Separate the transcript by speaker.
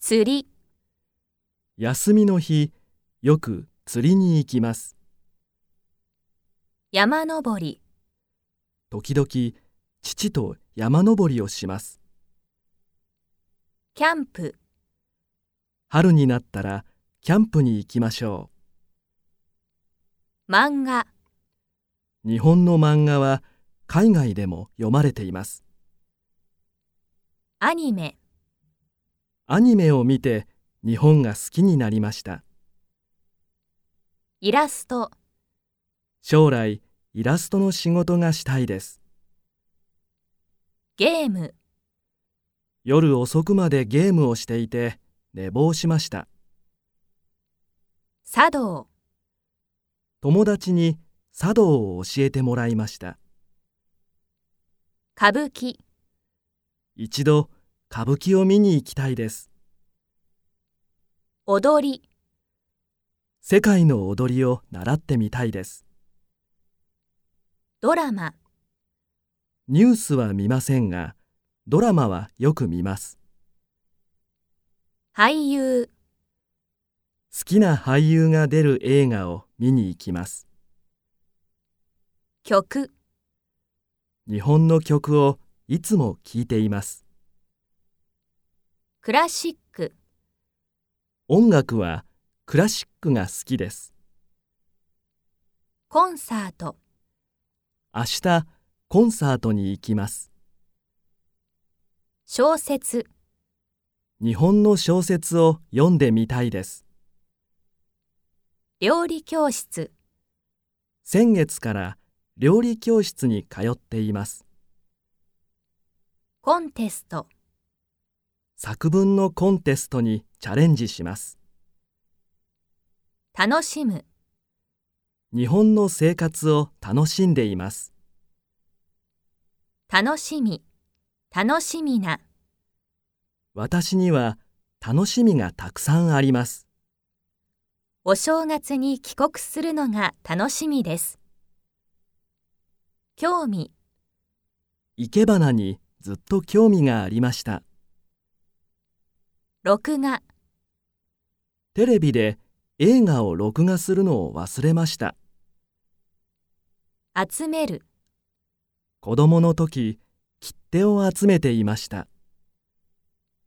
Speaker 1: 釣り、
Speaker 2: 休みの日、よく釣りに行きます。
Speaker 1: 山登り、
Speaker 2: 時々、父と山登りをします。
Speaker 1: キャンプ、
Speaker 2: 春になったら、キャンプに行きましょ
Speaker 1: 漫画、
Speaker 2: う。日本の漫画は、海外でも読まれています。
Speaker 1: アニメ、
Speaker 2: アニメを見て、日本が好きになりました。
Speaker 1: イラスト、
Speaker 2: 将来、イラストの仕事がしたいです。
Speaker 1: ゲーム、
Speaker 2: 夜遅くまでゲームをしていて、寝坊しました。
Speaker 1: 茶道、
Speaker 2: 友達に茶道を教えてもらいました。
Speaker 1: 歌舞伎、
Speaker 2: 一度、歌舞伎を見に行きたいです。
Speaker 1: 踊り、
Speaker 2: 世界の踊りを習ってみたいです。
Speaker 1: ドラマ、
Speaker 2: ニュースは見ませんが、ドラマはよく見ます。
Speaker 1: 俳優、
Speaker 2: 好きな俳優が出る映画を見に行きます。
Speaker 1: 曲、
Speaker 2: 日本の曲をいつも聴いています。
Speaker 1: クラシック、
Speaker 2: 音楽はクラシックが好きです。
Speaker 1: コンサート、
Speaker 2: 明日、コンサートに行きます。
Speaker 1: 小説、
Speaker 2: 日本の小説を読んでみたいです。
Speaker 1: 料理教室、
Speaker 2: 先月から料理教室に通っています。
Speaker 1: コンテスト、
Speaker 2: 作文のコンテストにチャレンジします。
Speaker 1: 楽しむ、
Speaker 2: 日本の生活を楽しんでいます。
Speaker 1: 楽しみ、楽しみな、
Speaker 2: 私には楽しみがたくさんあります。
Speaker 1: お正月に帰国するのが楽しみです。興味、
Speaker 2: 生け花にずっと興味がありました。
Speaker 1: 録画、
Speaker 2: テレビで映画を録画するのを忘れました。
Speaker 1: 集める。
Speaker 2: 子供の時、切手を集めていました。